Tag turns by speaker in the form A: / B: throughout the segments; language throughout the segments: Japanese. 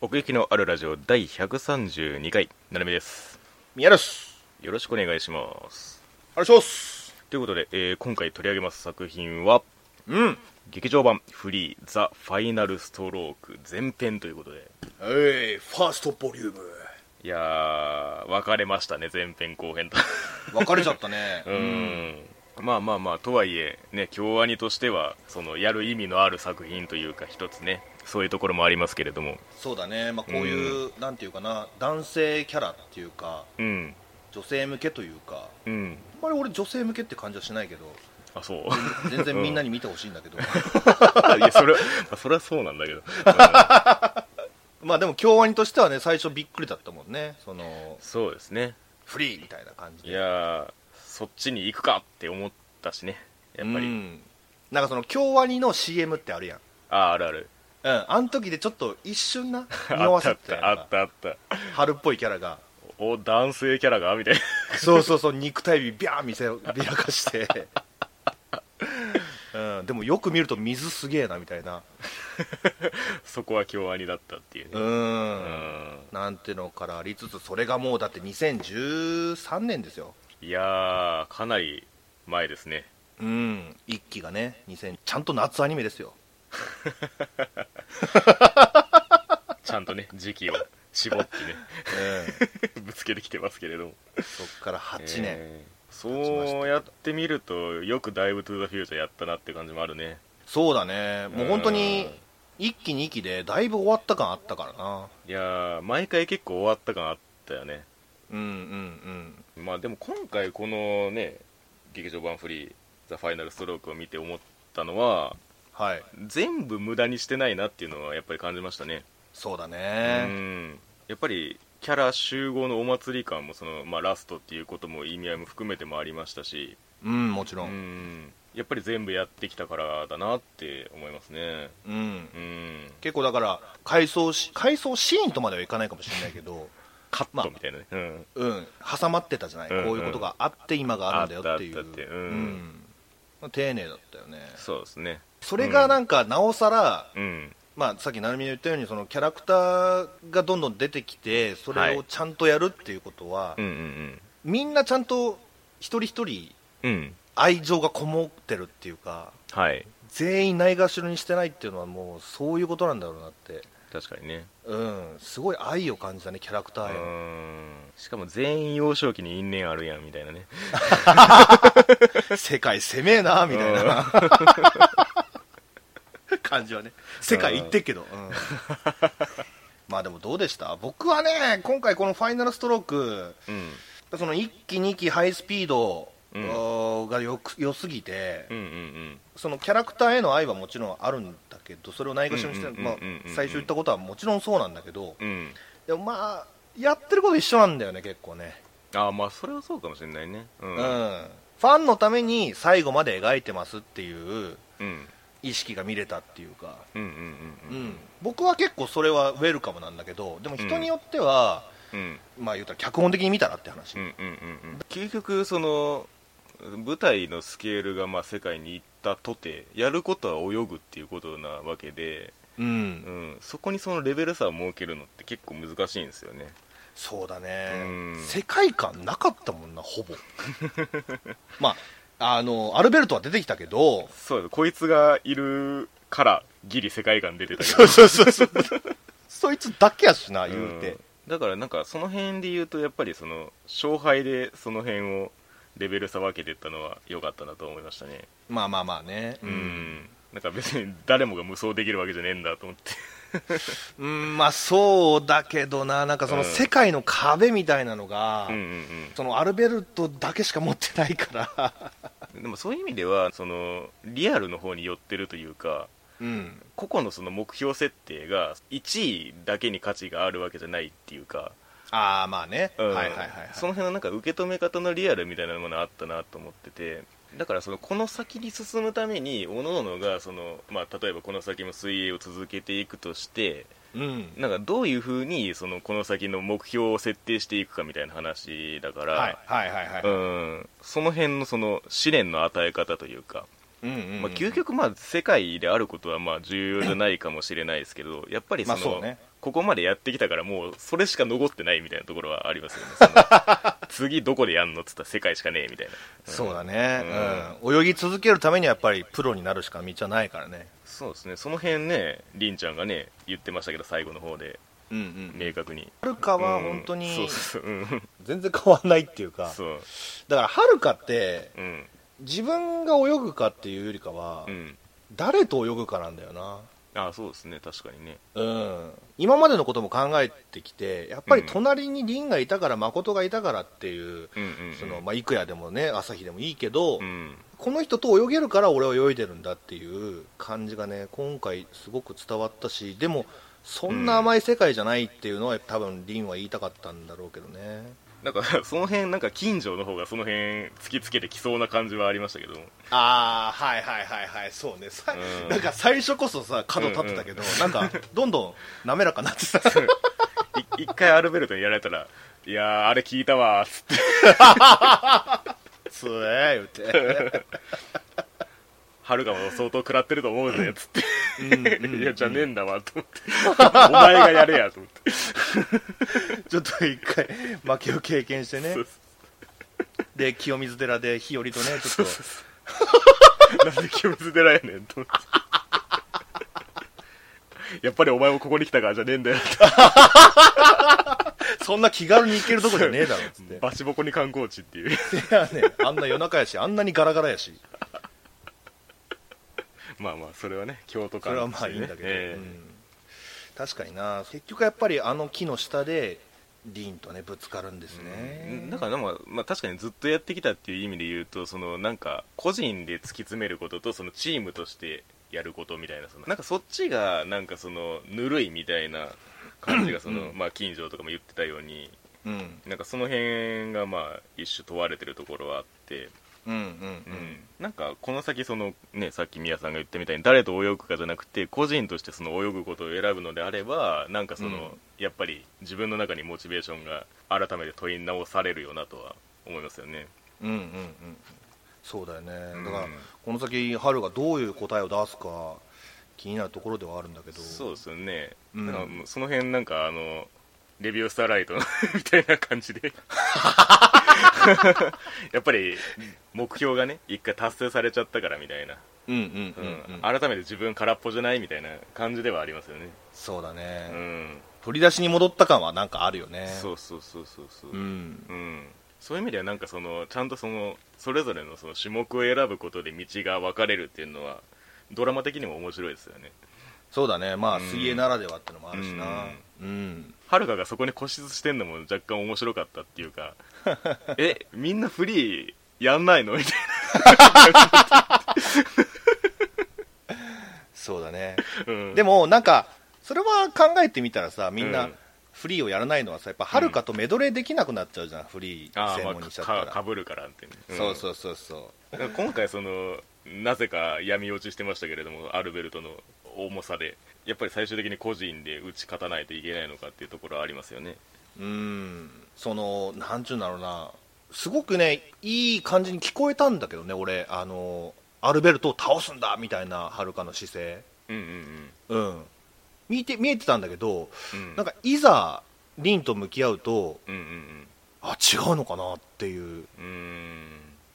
A: 奥行きのあるラジオ第132回なるみです
B: 宮です
A: よろしくお願いします
B: ありがとうございます
A: ということで、えー今回取り上げます作品は
B: うん
A: 劇場版フリーザ・ファイナルストローク前編ということで
B: えいファーストボリューム
A: いやー分かれましたね前編後編と
B: 分かれちゃったね
A: うーんまあまあまあとはいえね京アニとしてはそのやる意味のある作品というか一つねそういうところもありますけれども
C: そうだね、まあ、こういう、なんていうかな男性キャラっていうか
A: うん
C: 女性向けというか
A: うん
C: あんまり俺女性向けって感じはしないけど
A: あそう
C: 全然みんなに見てほしいんだけど、
A: いやそれはまあそれはそうなんだけど、
C: まあでも京アニとしてはね最初びっくりだったもんねその
A: そうですね
C: フリーみたいな感じで
A: いやーそっちに行くかって思ったしねやっぱり、
C: うんなんかその京アニの CM ってあるやん
A: ああるある
C: うん、あの時でちょっと一瞬な 匂
A: あ
C: わ
A: った
C: せ
A: あってたあったあった
C: 春っぽいキャラが
A: お男性キャラがみたいな
C: そうそうそう肉体美ビャー見せびらかして、 うん、でもよく見ると水すげえなみたいな
A: そこは京アニだったっていう
C: う
A: ねうん
C: なんてのからありつつそれがもうだって2013年ですよ
A: いやーかなり前ですね
C: うん一期がね2000ちゃんと夏アニメですよ
A: ちゃんと ね時期を絞って
C: うん
A: ね ぶつけてきてますけれども
C: そっから8年、
A: えーそうやってみるとよく「ダイブ・トゥ・ザ・フューチャー」やったなって感じもあるね
C: そうだねもう本当に一期二期でだいぶ終わった感あったからない
A: やー毎回結構終わった感あったよね
C: うんうん
A: まあでも今回このね劇場版フリー「ザ・ファイナルストローク」を見て思ったのは
C: はい
A: 全部無駄にしてないなっていうのはやっぱり感じましたね
C: そうだ
A: う
C: ね
A: んやっぱりキャラ集合のお祭り感もその、まあ、ラストっていうことも意味合いも含めてもありましたし
C: うん、もち
A: う
C: ろん
A: んやっぱり全部やってきたからだなって思いますね
C: うん、
A: うん
C: 結構だから回想し回想シーンとまではいかないかもしれないけど
A: カッ
C: まあ
A: トみたいなね、うん
C: うん、挟まってたじゃない、
A: うんうん
C: こういうことがあって今があるんだよっていう
A: あったあったってうん
C: うん丁寧だったよね
A: そうですね
C: それがなんかなおさら、
A: うん
C: まあ、さっき成美の言ったようにそのキャラクターがどんどん出てきてそれをちゃんとやるっていうことは、
A: うんうん
C: みんなちゃんと一人一人
A: うんうん
C: 愛情がこもってるっていうか
A: はい
C: 全員ないがしろにしてないっていうのはもうそういうことなんだろうなって、
A: 確かにね
C: うん、すごい愛を感じたねキャラクタ
A: う
C: ーへの
A: んしかも全員幼少期に因縁あるやんみたいなね
C: 世界狭えなみたいな 感じはね世界行ってっけど、 うんまあでもどうでした僕はね今回この「ファイナルストローク
A: うん」
C: その1期2期ハイスピード
A: うん
C: おーがよく良すぎて、
A: うんうんうん
C: そのキャラクターへの愛はもちろんあるんだけどそれをないがしろにして
A: うんうん
C: まあ
A: うんうんうん
C: 最初言ったことはもちろんそうなんだけど
A: うん
C: でもまあやってること一緒なんだよね結構ね
A: ああまあそれはそうかもしれないねう
C: うんん、ファンのために最後まで描いてますっていう
A: うん
C: 意識が見れたっていうか、
A: うんうんう
C: うんん、僕は結構それはウェルカムなんだけどでも人によっては、
A: うんうん
C: まあ言うたら脚本的に見たらって話、
A: うんうんうんうん究極その舞台のスケールがまあ世界に行ったとてやることは泳ぐっていうことなわけで、
C: うん
A: うん、そこにそのレベル差を設けるのって結構難しいんですよね
C: そうだね、
A: うん
C: 世界観なかったもんなほぼ まああのアルベルトは出てきたけど
A: そうですこいつがいるからギリ世界観出てたけど
C: そうそうそうそうそいつだけやしな言うて、
A: んだからなんかその辺で言うとやっぱりその勝敗でその辺をレベル差分けてったのは良かったなと思いましたね
C: まあまあまあね
A: うん、なんか別に誰もが無双できるわけじゃねえんだと思って
C: うんまあそうだけどななんかその世界の壁みたいなのが、
A: うん
C: そのアルベルトだけしか持ってないから
A: うんうんでもそういう意味ではそのリアルの方に寄ってるというか
C: うん、
A: 個々のその目標設定が1位だけに価値があるわけじゃないっていうか、
C: ああまあね、
A: うん
C: はいはいはいはい
A: その辺のなんか受け止め方のリアルみたいなものあったなと思っててだからそのこの先に進むために各々がその、まあ、例えばこの先も水泳を続けていくとして
C: うん
A: なんかどういうふうにそのこの先の目標を設定していくかみたいな話だから、
C: はいはいはいはい、
A: うん、その辺のその試練の与え方というか、
C: うんうんうん
A: まあ、究極まあ世界であることはまあ重要じゃないかもしれないですけどやっぱりそ
C: まあ
A: の、
C: そうね
A: ここまでやってきたからもうそれしか残ってないみたいなところはあり ますよねその次どこでやんのっつったら世界しかねえみたいな
C: そうだね、うん泳ぎ続けるためにはやっぱりプロになるしか道はないからね
A: そうですねその辺ねりんちゃんがね言ってましたけど最後の方で
C: うん
A: 明確に、
C: はるかは
A: うん
C: 本当
A: そ
C: に
A: うそうそううん
C: 全然変わんないっていうか
A: そう
C: だからはるかって
A: うん
C: 自分が泳ぐかっていうよりかは
A: うん
C: 誰と泳ぐかなんだよな
A: あそうですね確かにね
C: うん今までのことも考えてきてやっぱり隣に凛がいたから誠がいたからっていう
A: うんうん、うん、
C: そのまあ幾夜でもね朝日でもいいけど、
A: うん
C: この人と泳げるから俺は泳いでるんだっていう感じがね今回すごく伝わったしでもそんな甘い世界じゃないっていうのは多分凛は言いたかったんだろうけどね
A: なんかその辺なんか近所の方がその辺突きつけてきそうな感じはありましたけど
C: ああはいはいはいはいそうねさ
A: うん
C: なんか最初こそさ角立ってたけど、なんかどんどん滑らかになってた
A: い一回アルベルトにやられたら「いやーあれ聞いたわ」っつって
C: そうね言って
A: 「はるかも相当食らってると思うぜ」っつって「いやじゃねえんだわ」と思 って「お前がやれや」と思って
C: ちょっと一回負けを経験してね
A: そう
C: で清水寺で日和とねちょっと
A: なんで清水寺やねんと思ってやっぱりお前もここに来たからじゃねえんだよっ
C: そんな気軽に行けるとこじゃねえだろっつってて
A: バチボコに観光地っていう
C: いやねあんな夜中やしあんなにガラガラやし
A: まあまあそれはね京都
C: そ
A: か
C: れ
A: ら
C: はまあいいんだけど、
A: え
C: うん確かにな結局やっぱりあの木の下でリンとねぶつかるんです
A: え
C: ね、
A: だからまあ、まあ、確かにずっとやってきたっていう意味で言うとそのなんか個人で突き詰めることとそのチームとしてやることみたいなそのなんかそっちがなんかそのぬるいみたいな感じがその、まあ近所とかも言ってたように
C: うん、うん
A: なんかその辺がまあ一種問われてるところはあって、
C: うんうん
A: なんかこの先そのねさっき宮さんが言ったみたいに誰と泳ぐかじゃなくて個人としてその泳ぐことを選ぶのであればなんかその、やっぱり自分の中にモチベーションが改めて問い直されるよなとは思いますよね
C: うんうんうんそうだよねだから
A: うん
C: この先春がどういう答えを出すか気になるところではあるんだけど
A: そうですよね、
C: うん
A: だからもうその辺なんかあのレビュースターライトのみたいな感じ でやっぱり目標がね一回達成されちゃったからみたいな
C: うんうん
A: う
C: うんん、うん
A: 改めて自分空っぽじゃないみたいな感じではありますよね
C: そうだね
A: う、ん、
C: 取り出しに戻った感はなんかあるよね
A: そうそうそうそうそう
C: う
A: うん、
C: ん
A: そういう意味ではなんかそのちゃんとそのそれぞれのその種目を選ぶことで道が分かれるっていうのはドラマ的にも面白いですよね
C: そうだねまあ
A: うん
C: 水泳ならではってのもあるしなうん
A: はるかがそこに固執してんのも若干面白かったっていう かえみんなフリーやんないのみたい
C: そうだね
A: な、うん
C: でもなんかそれは考えてみたらさみん
A: う
C: なんフリーをやらないのはさやっぱはるかとメドレーできなくなっちゃうじゃん、フリー
A: あー
C: 専
A: まあ
C: 門にしちゃ
A: か
C: ったら、
A: かかぶるからってね、
C: そう
A: う
C: そうそうそ
A: んだから今回そのなぜか闇落ちしてましたけれどもアルベルトの重さでやっぱり最終的に個人で打ち勝たないといけないのかっていうところはありますよね
C: ううんそのなんちゅうんだろうなすごくねいい感じに聞こえたんだけどね俺あのアルベルトを倒すんだみたいなはるかの姿勢
A: うんうん
C: うん見て見えてたんだけど、
A: うんうん
C: なんかいざリンと向き合うと
A: うんうん
C: あ違うのかなっていう
A: うんうーん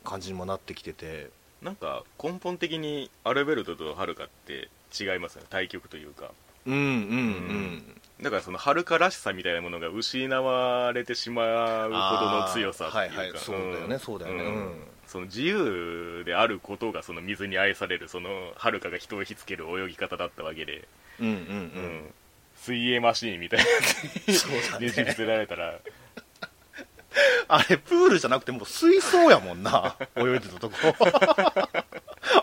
C: 感じにもなってきてて
A: なんか根本的にアルベルトとはるかって違いますよね対局というか
C: うんうんうん、
A: だからそのはるからしさみたいなものが失われてしまうほどの強さっていうか、
C: あーはいはいそうだよねそうだよねうん
A: その自由であることがその水に愛されるそのはるかが人を引きつける泳ぎ方だったわけで、
C: うんうん
A: う
C: うん
A: ん水泳マシーンみたいな
C: そうだ
A: ねじ伏せられたら
C: あれ、プールじゃなくて、もう水槽やもんな、 泳いでたところ。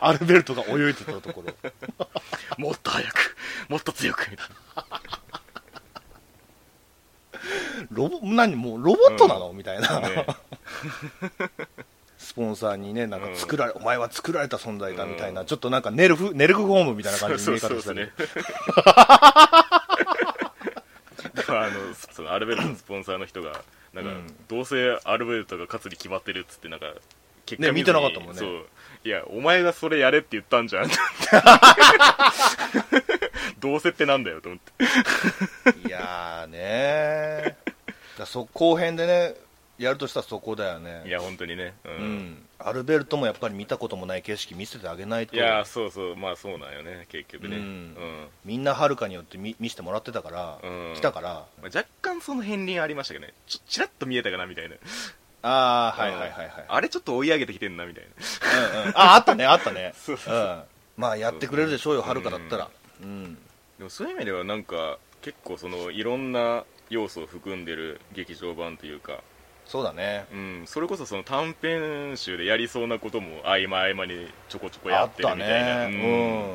C: アルベルトが泳いでたところ。
A: もっと早くもっと強くみたいな
C: ロボ、何、もうロボットなの、みたい な。
A: ね
C: スポンサーにね、なんか作られ、お前は作られた存在だ、みたいな、
A: うん
C: ちょっとなんかネルフ、ネルフホームみたいな感じの
A: そ
C: 見
A: う
C: え
A: そう
C: 方
A: で
C: した
A: すね
C: ね。
A: だから あのそのアルベルトのスポンサーの人がなんか、
C: うん
A: どうせアルベルトが勝つに決まってるっつってなんか結
C: ね見てなかったもんね
A: そういやお前がそれやれって言ったんじゃんどうせってなんだよと思って
C: いやーねーだそ後編でねやるとしたらそこだよね
A: いや本当にねうん、
C: うんアルベルトもやっぱり見たこともない景色見せてあげないと
A: いやそうそうまあそうなんよね結局ね
C: うん
A: うん
C: みんなはるかによって見見せてもらってたから、
A: うん
C: 来たから
A: まあ若干その片鱗ありましたけどねちょちらっと見えたかなみたいな
C: ああはいはいはいはい、
A: あれちょっと追い上げてきてんなみたいな
C: うんうんああったねあった ね、
A: そうそううん
C: まあやってくれるでしょうよはるかだったらうん、
A: でもそういう意味ではなんか結構そのいろんな要素を含んでる劇場版というか、
C: そうだね
A: うん、それこそその短編集でやりそうなことも合間合間にちょこちょこ
C: あ
A: や
C: っ
A: ってる
C: た
A: みたいな
C: ねうん、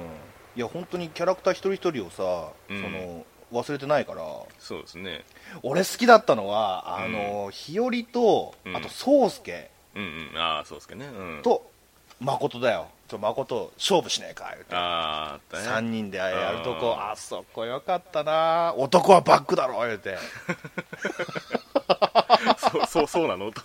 C: いや本当にキャラクター一人一人をさ、
A: うん
C: その忘れてないから
A: そうですね
C: 俺好きだったのはあの、日和と
A: うん
C: あと宗介
A: うんうんああそうですかねうん
C: と誠だよちょ誠勝負しねえか言うて
A: あああった
C: 3
A: ね
C: 人でやるとこ
A: あー
C: あそこよかったな男はバックだろ言うて
A: そうそうそうなのと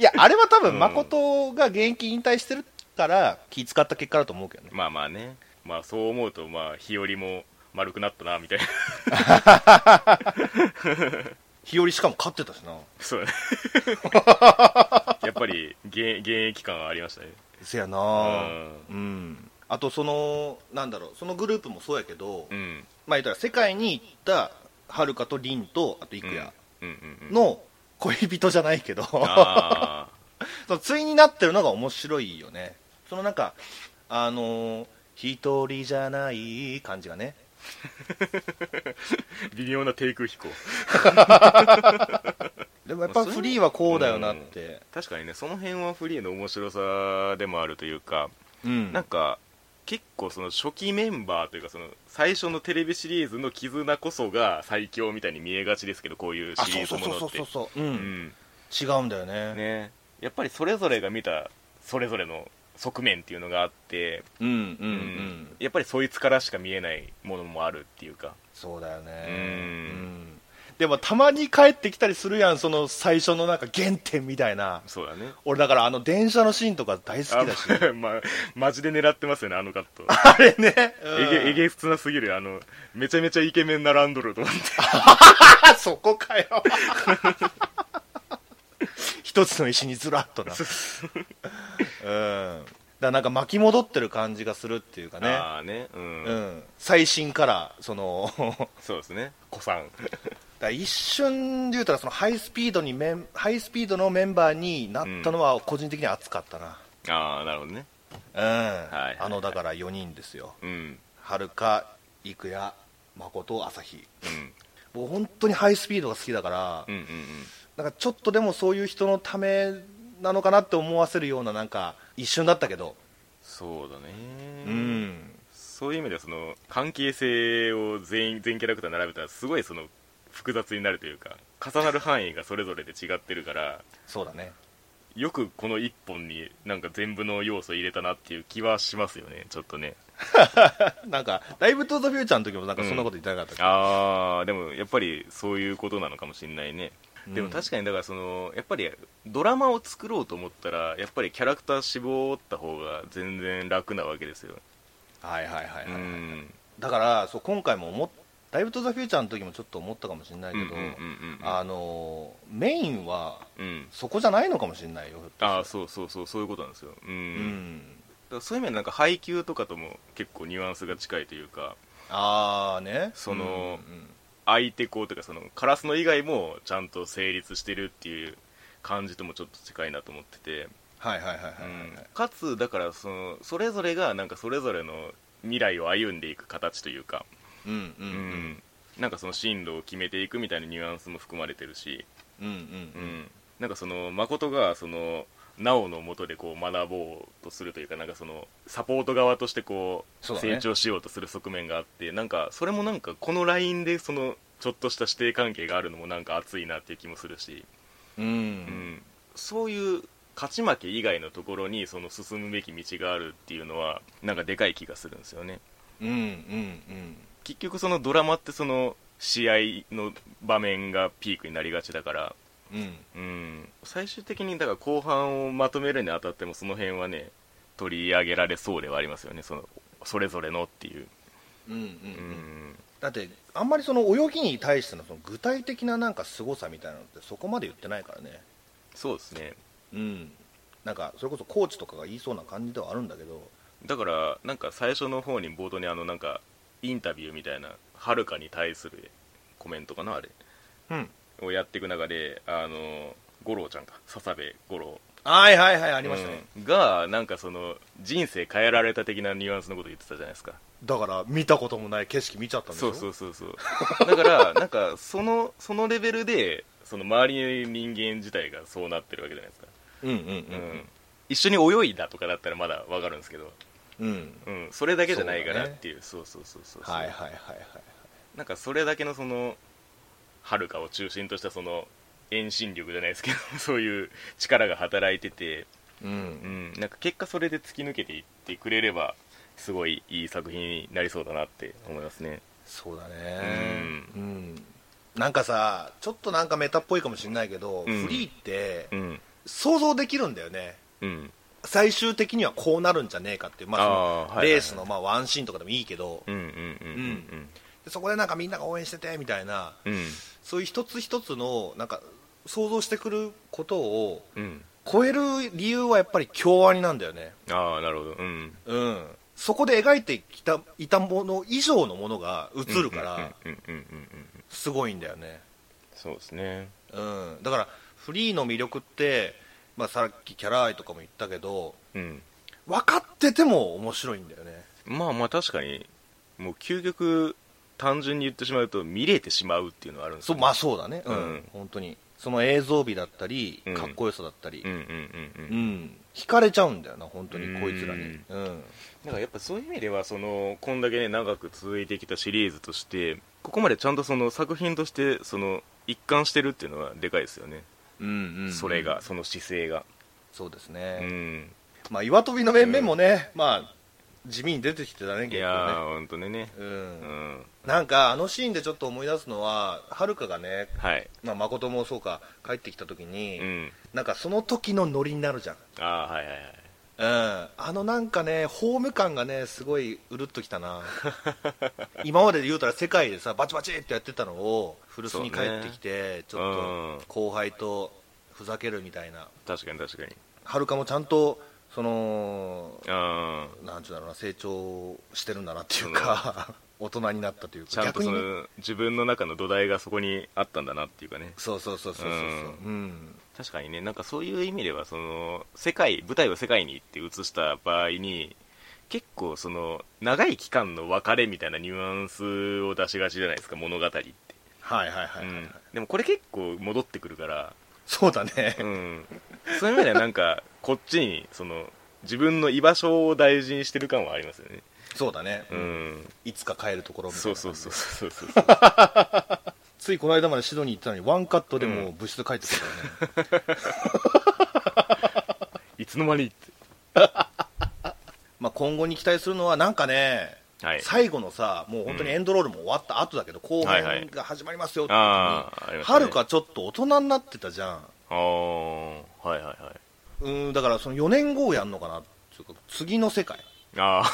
C: いやあれは多
A: うん
C: 分誠が現役引退してるから気使った結果だと思うけどね
A: まあまあねまあそう思うとまあ日和も丸くなったなみた いな
C: 日和しかも勝ってたしな
A: そうだね やっぱり現現役感はありましたね
C: せやな
A: うん
C: うんあとそのなんだろうそのグループもそうやけど、
A: うん
C: まあ言ったら世界に行ったはるかと凛とあと郁也
A: うんうんうん
C: の恋人じゃないけど、
A: あ
C: その対になってるのが面白いよねそのなんかあのー一人じゃない感じがね
A: ー微妙な低空飛行
C: でもやっぱ
A: まあ
C: フリーはこうだよなって
A: 確かにねその辺はフリーの面白さでもあるというか、
C: うん
A: なんか結構その初期メンバーというかその最初のテレビシリーズの絆こそが最強みたいに見えがちですけどこういう
C: あ
A: シ
C: そ
A: リ
C: う
A: ーズ
C: そう
A: もの
C: そ
A: っ
C: うそ
A: て
C: うそう、うん
A: うん
C: 違うんだよね
A: ねやっぱりそれぞれが見たそれぞれの側面っていうのがあって、
C: うんうんうん、
A: うんやっぱりそいつからしか見えないものもあるっていうか
C: そうだよね
A: うん
C: うんでもたまに帰ってきたりするやんその最初のなんか原点みたいな
A: そうだね
C: 俺だからあの電車のシーンとか大好きだし
A: あ、ま、マジで狙ってますよねあのカット
C: あれね、うん
A: えげえげつなすぎるあのめちゃめちゃイケメン並んどると思って
C: あ そこかよ一つの石にずらっとな うんだからなんか巻き戻ってる感じがするっていうかね、
A: ああねうん、
C: うん、最新からその だか
A: そうですね子さん
C: ら一瞬で言うたらそのハイスピードにメンハイスピードのメンバーになったのは個人的には熱かったな
A: ああなるほどね
C: うん、
A: はいはい
C: あのだから4人ですよ
A: うんうん
C: はるか郁也誠朝日僕本当にハイスピードが好きだから、
A: うんうんうん
C: なんかちょっとでもそういう人のためなのかなって思わせるようななんか一瞬だったけど、
A: そうだね
C: うん、
A: そういう意味ではその関係性を全員全キャラクター並べたらすごいその複雑になるというか重なる範囲がそれぞれで違ってるから
C: そうだね
A: よくこの一本になんか全部の要素入れたなっていう気はしますよねちょっとね
C: なんか「ライブ・トゥ・ザ・フューチャー」の時もなんかそんなこと言ってなかったっけ
A: ああでもやっぱりそういうことなのかもしれないね
C: うん
A: でも確かにだからそのやっぱりドラマを作ろうと思ったらやっぱりキャラクター絞った方が全然楽なわけですよ、
C: はいはいはいはい、
A: うん
C: だからそう今回も思っ「ライブ・トゥ・ザ・フューチャー」の時もちょっと思ったかもしれない
A: うんう
C: け
A: ん
C: ど、
A: うんうん
C: あのーメインは
A: うん
C: そこじゃないのかもしれないよ
A: ああそうそうそうそういうことなんですようん、
C: ううん
A: だからそういう意味ではなんか配給とかとも結構ニュアンスが近いというか
C: ああね
A: その
C: うんうん
A: 相手校というかそのカラスの以外もちゃんと成立してるっていう感じともちょっと近いなと思ってて
C: はいはいはいはいは
A: う
C: い、
A: んかつだからそのそれぞれがなんかそれぞれの未来を歩んでいく形というか、
C: うんうんう
A: うんん、なんかその進路を決めていくみたいなニュアンスも含まれてるし、
C: うんうん
A: う、ん、なんかその誠がそのなおのもとでこう学ぼうとするというかなんかそのサポート側としてこう
C: そうだね
A: 成長しようとする側面があって、なんかそれもなんかこのラインでそのちょっとした師弟関係があるのもなんか熱いなっていう気もするし、
C: うん
A: うん、そういう勝ち負け以外のところにその進むべき道があるっていうのはなんかでかい気がするんですよね
C: うんうんうん
A: 結局そのドラマってその試合の場面がピークになりがちだから、
C: うん
A: うん、最終的にだから後半をまとめるにあたってもその辺はね取り上げられそうではありますよねそのそれぞれのっていう
C: うんうんう
A: うんん
C: だってあんまりその泳ぎに対してのその具体的ななんか凄さみたいなのってそこまで言ってないからね
A: そうですね
C: うんなんかそれこそコーチとかが言いそうな感じではあるんだけど
A: だからなんか最初の方に冒頭にあのなんかインタビューみたいなはるかに対するコメントかなあれ
C: うん
A: をやっていく中であの五郎ちゃんか笹部五郎
C: はいはいはいあ
A: あ
C: りましたね、
A: がなんかその人生変えられた的なニュアンスのこと言ってたじゃないですか
C: だから見たこともない景色見ちゃったんでしょ
A: そうそうそうそうだからなんかそのそのレベルでその周りの人間自体がそうなってるわけじゃないですか、
C: うんうん
A: うん、一緒に泳いだとかだったらまだわかるんですけど、
C: うんうん
A: うん、それだけじゃないかなっていうそう,、そうそうそうそう
C: はいはいはいはい
A: なんかそれだけのそのはるかを中心としたその遠心力じゃないですけどそういう力が働いてて、
C: う
A: うんん、なんか結果それで突き抜けていってくれればすごいいい作品になりそうだなって思いますね
C: そうだねうん、なんかさちょっとなんかメタっぽいかもしれないけど、
A: うん
C: フリーって
A: うん
C: 想像できるんだよね
A: うん
C: 最終的にはこうなるんじゃねえかっていう、まあその
A: あーはいはいはい
C: レースのまあワンシーンとかでもいいけど、
A: うんうんうんうん
C: でそこでなんかみんなが応援しててみたいな
A: うん
C: そういう一つ一つのなんか想像してくることを
A: うん
C: 超える理由はやっぱり京アニなんだよね、
A: ああなるほどうん
C: うん、そこで描いてきたいたもの以上のものが映るから
A: うんうんうんうんうん
C: すごいんだよね、
A: そうですね
C: うん、だからフリーの魅力って、まあ、さっきキャラ愛とかも言ったけど
A: うん
C: 分かってても面白いんだよね
A: まあまあ確かにもう究極単純に言ってしまうと見れてしまうっていうのはあるんです
C: そ
A: よ
C: う
A: ね
C: まあそうだねうん、
A: うん
C: 本当にその映像美だったり
A: うん
C: かっこよさだったり
A: うんうんうんうん
C: うん、惹かれちゃうんだよな本当にこいつらにうん
A: だからやっぱそういう意味ではそのこんだけね長く続いてきたシリーズとしてここまでちゃんとその作品としてその一貫してるっていうのはでかいですよね、
C: うんうん
A: それがその姿勢が
C: そうです
A: う
C: ね、
A: ん
C: まあ岩飛びの面々もね、まあ地味に出てきてたね
A: い
C: 結
A: やー
C: 構ね
A: 本当にね
C: う
A: うんん
C: なんかあのシーンでちょっと思い出すのははるかがね、
A: はい
C: まあ、誠もそうか帰ってきた時に、
A: うん
C: なんかその時のノリになるじゃん、
A: ああはいはいはい
C: うん、あのなんかねホーム感がねすごいうるっとき たな今までで言うたら世界でさバチバチってやってたのを古巣に帰ってきて、ちょっと後輩とふざけるみたいな
A: 確かに確かに
C: はるかもちゃんとその
A: うん
C: なんちゅうんだろうな成長してるんだなっていうか大人になったという
A: ちゃ
C: か
A: んとそ
C: ね
A: の自分の中の土台がそこにあったんだなっていうかね
C: そうそうそうそうそうそううん
A: 確かにねなんかそういう意味ではその世界舞台を世界に行って移した場合に結構その長い期間の別れみたいなニュアンスを出しがちじゃないですか物語って、
C: はいはいはいはい、
A: うんでもこれ結構戻ってくるから、
C: そうだね
A: う、ん、そういう意味ではなんかこっちにその自分の居場所を大事にしてる感はありますよね
C: そうだね、
A: うん
C: いつか帰るところみたい
A: そ
C: な
A: うそうそうそうそうそう
C: ついこの間までシドニー行ったのにワンカットでもう部室帰ってきたよね、
A: いつの間にって
C: まあ、今後に期待するのはなんかね、
A: はい
C: 最後のさもう本当にエンドロールも終わった後だけど、後
A: はいは
C: 半
A: い
C: が始まりますよって時に
A: あーありました
C: は
A: ね
C: る、かちょっと大人になってたじゃん
A: ああはいはいはい
C: うんだからその4年後をやるのかなっていうか次の世界
A: ああ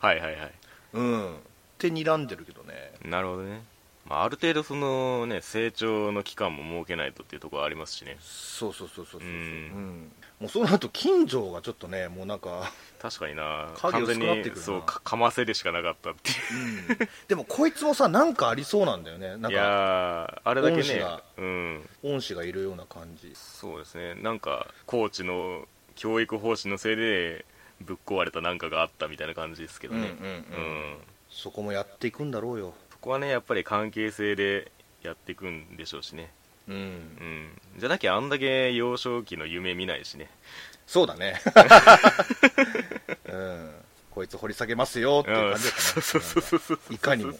A: はいはいはい
C: うんって睨んでるけどね
A: なるほどね、まあ、ある程度そのね成長の期間も設けないとっていうところはありますしね
C: そうそうそうそうそうそ
A: う
C: う、う
A: んん
C: もうそうなると近所がちょっとねもうなんか、
A: 確かにな
C: 影
A: 完
C: 薄
A: 全
C: くなってくるな
A: にそうかかませでしかなかったってい
C: うん、でもこいつもさなんかありそうなんだよねな
A: うんい
C: か
A: やーあれだけ
C: 恩師
A: ね
C: が
A: うん
C: 恩師がいるような感じ
A: そうですねなんかコーチの教育方針のせいでぶっ壊れたなんかがあったみたいな感じですけどね
C: うんうんうん
A: うん
C: そこもやっていくんだろうよ
A: そこはねやっぱり関係性でやっていくんでしょうしね
C: うん
A: うんじゃなきゃあんだけ幼少期の夢見ないしね
C: そうだねうんこいつ掘り下げますよっていう感じだったね
A: そうそうそうそうそう
C: いかにも
A: い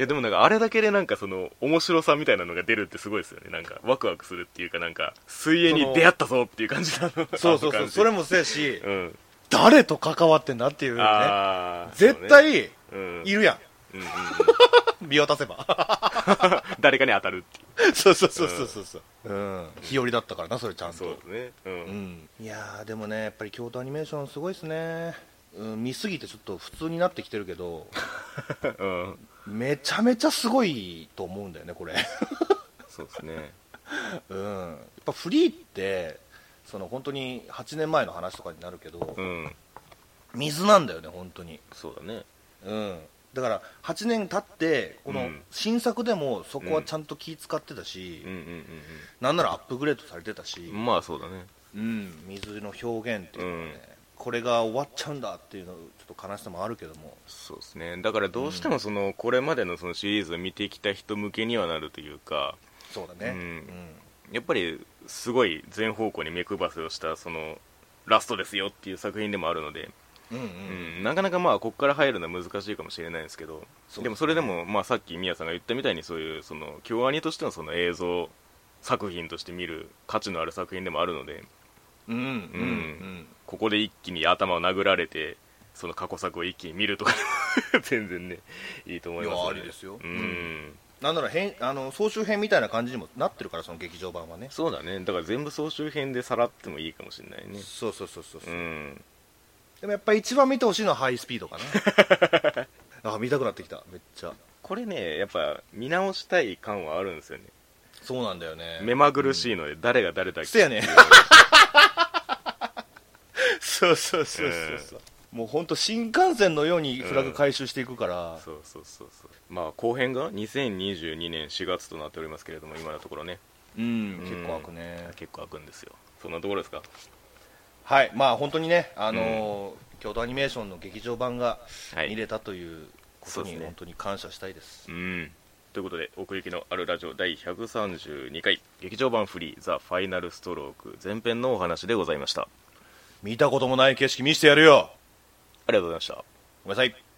A: やでもなんかあれだけでなんかその面白さみたいなのが出るってすごいですよねなんかワクワクするっていうかなんか水泳に出会ったぞっていう感じなの
C: そうそう
A: あの
C: そ
A: 感
C: う
A: じ
C: それもそうやし
A: うん
C: 誰と関わってんだっていうね
A: あー
C: 絶
A: そうね
C: 対
A: うん
C: いるや
A: うんうんうん
C: ん見渡せば
A: 誰かに当たるっていう
C: そうそうそうそうそうそううん日和だったからなそれちゃん
A: そう
C: と
A: ですねう
C: うんんいやーでもねやっぱり京都アニメーションすごいっすねうん、見すぎてちょっと普通になってきてるけど
A: うん
C: めちゃめちゃすごいと思うんだよねこれ
A: そうですね
C: うんやっぱフリーってその本当に8年前の話とかになるけど、
A: うん
C: 水なんだよね本当に
A: そうだね
C: うんだから8年経ってこ
A: う
C: の
A: ん
C: 新作でもそこはちゃんと気使ってたし、
A: うんうん
C: なんならアップグレードされてたし、
A: うんうんまあそうだね
C: うん、水の表現っていうのはね、
A: うん
C: これが終わっちゃうんだっていうのちょっと悲しさもあるけども
A: そうですねだからどうしてもそのこれまでのそのシリーズを見てきた人向けにはなるというか
C: そうだね
A: うんやっぱりすごい全方向に目配せをしたそのラストですよっていう作品でもあるので、
C: うんうん
A: う
C: うん
A: ん、なかなかまあここから入るのは難しいかもしれないですけど
C: そうですね
A: でもそれでもまあさっき宮さんが言ったみたいにそういうその京アニとしてのその映像作品として見る価値のある作品でもあるので
C: うんうんうん
A: ここで一気に頭を殴られてその過去作を一気に見るとか全然ねいいと思います
C: いや
A: の
C: ありですよ
A: う
C: うんなんなら編あの総集編みたいな感じにもなってるからその劇場版はね
A: そうだねだから全部総集編でさらってもいいかもしれないね
C: そうそうそうそう、う
A: うん
C: でもやっぱ一番見てほしいのはハイスピードか なあ見たくなってきためっちゃ
A: これねやっぱ見直したい感はあるんですよね
C: そうなんだよね
A: 目まぐるしいので誰が誰だっけ
C: せやねそうそうそうそうそう、もう本当新幹線のようにフラグ回収していくから、
A: そうそうそうそうまあ後編が2022年4月となっておりますけれども今のところね
C: うん、
A: ん
C: 結構開くね、
A: 結構開くんですよそんなところですか
C: はい、まあ本当にね、あのー京都アニメーションの劇場版が
A: はい
C: 見れたということ
A: そうで
C: に
A: すね
C: 本当に感謝したいです。
A: うんということで奥行きのあるラジオ第132回劇場版フリーザ・ファイナルストローク前編のお話でございましたあ
C: 見たこともない景色見せてやるよ。
A: りがとうございました
C: ごめんなさい。